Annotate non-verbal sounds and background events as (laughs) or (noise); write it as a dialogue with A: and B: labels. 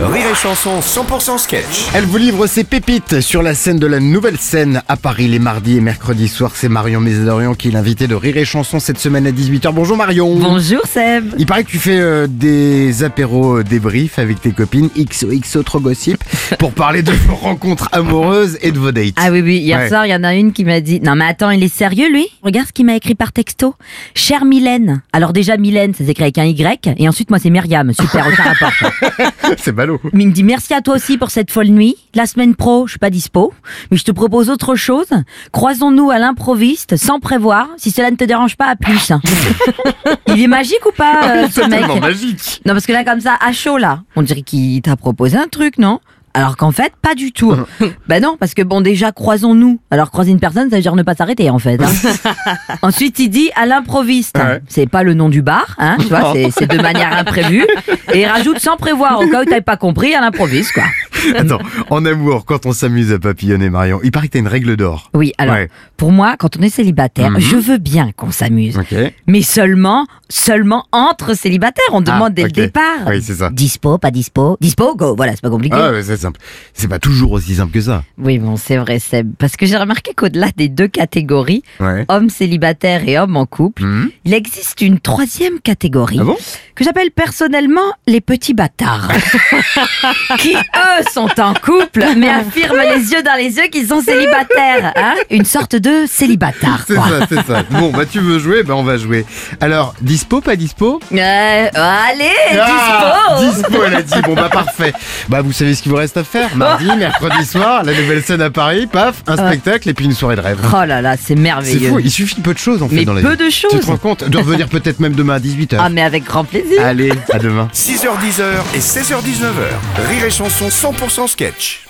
A: Rire et Chanson 100% sketch.
B: Elle vous livre ses pépites sur la scène de la nouvelle scène à Paris les mardis et mercredis soirs. C'est Marion Mézadorian qui est l'invité de Rire et Chanson cette semaine à 18h. Bonjour Marion.
C: Bonjour Seb.
B: Il paraît que tu fais euh, des apéros euh, débriefs avec tes copines XOXO trop gossip pour parler de vos rencontres amoureuses et de vos dates.
C: Ah oui, oui, hier
B: Ouais.
C: soir, il y en a une qui m'a dit Non, mais attends, il est sérieux lui Regarde ce qu'il m'a écrit par texto. Chère Mylène. Alors, déjà, Mylène, ça s'écrit avec un Y, et ensuite, moi, c'est Myriam. Super, aucun rapport.
B: (laughs)
C: quoi.
B: C'est ballot.
C: Mais il me dit Merci à toi aussi pour cette folle nuit. La semaine pro, je suis pas dispo, mais je te propose autre chose. Croisons-nous à l'improviste, sans prévoir. Si cela ne te dérange pas,
B: (laughs)
C: à plus. il est magique ou pas, euh, ce mec
B: Totalement magique.
C: Non, parce que là, comme ça, à chaud, là, on dirait qu'il t'a proposé un truc, non alors qu'en fait, pas du
B: (laughs)
C: tout. bah non, parce que bon, déjà, croisons-nous. Alors, croiser une personne, ça veut dire ne pas s'arrêter, en
B: (laughs)
C: fait. hein. Ensuite, il dit à l'improviste. hein.
B: Ouais.
C: C'est pas le nom du bar, hein, tu vois, c'est- c'est de manière imprévue. Et il rajoute sans prévoir, au cas où t'avais pas compris, à l'improviste, quoi.
B: Attends, en amour, quand on s'amuse à papillonner Marion, il paraît que t'as une règle d'or.
C: Oui, alors,
B: Ouais. Mhm.
C: pour moi, quand on est célibataire, je veux bien qu'on s'amuse.
B: Ok.
C: Mais seulement, seulement entre célibataires. On demande dès
B: Ah, ok.
C: le départ.
B: Oui, c'est ça.
C: Dispo, pas dispo. Dispo, go. Voilà, c'est pas compliqué.
B: Ah ouais, c'est simple. C'est pas toujours aussi simple que ça.
C: Oui, bon, c'est vrai, Seb. Parce que j'ai remarqué qu'au-delà des deux catégories,
B: Ouais.
C: hommes célibataires et hommes en couple,
B: Mhm.
C: il existe une troisième catégorie
B: Ah bon
C: que j'appelle personnellement les
B: (laughs)
C: petits bâtards. qui, eux, sont en couple, mais affirment les yeux dans les yeux qu'ils sont célibataires. hein. une sorte de célibataire,
B: C'est
C: quoi.
B: ça, c'est ça. Bon, bah tu veux jouer, bah on va jouer. Alors, dispo, pas dispo
C: Euh, allez,
B: Ah,
C: dispo
B: Dispo, elle a dit. Bon, bah parfait. Bah vous savez ce qu'il vous reste à faire.
C: (laughs)
B: Mardi, mercredi soir, la nouvelle scène à Paris, paf, un spectacle et puis une soirée de rêve.
C: Oh là là,
B: C'est
C: c'est merveilleux.
B: fou, il suffit de peu de choses en fait
C: Mais
B: dans la
C: peu
B: vie.
C: de
B: Tu te
C: choses.
B: rends compte De revenir peut-être même demain à 18h.
C: Ah, mais avec grand plaisir.
B: Allez, à demain.
A: 6h10 et 16h19h. Rire et Chanson 100% sketch.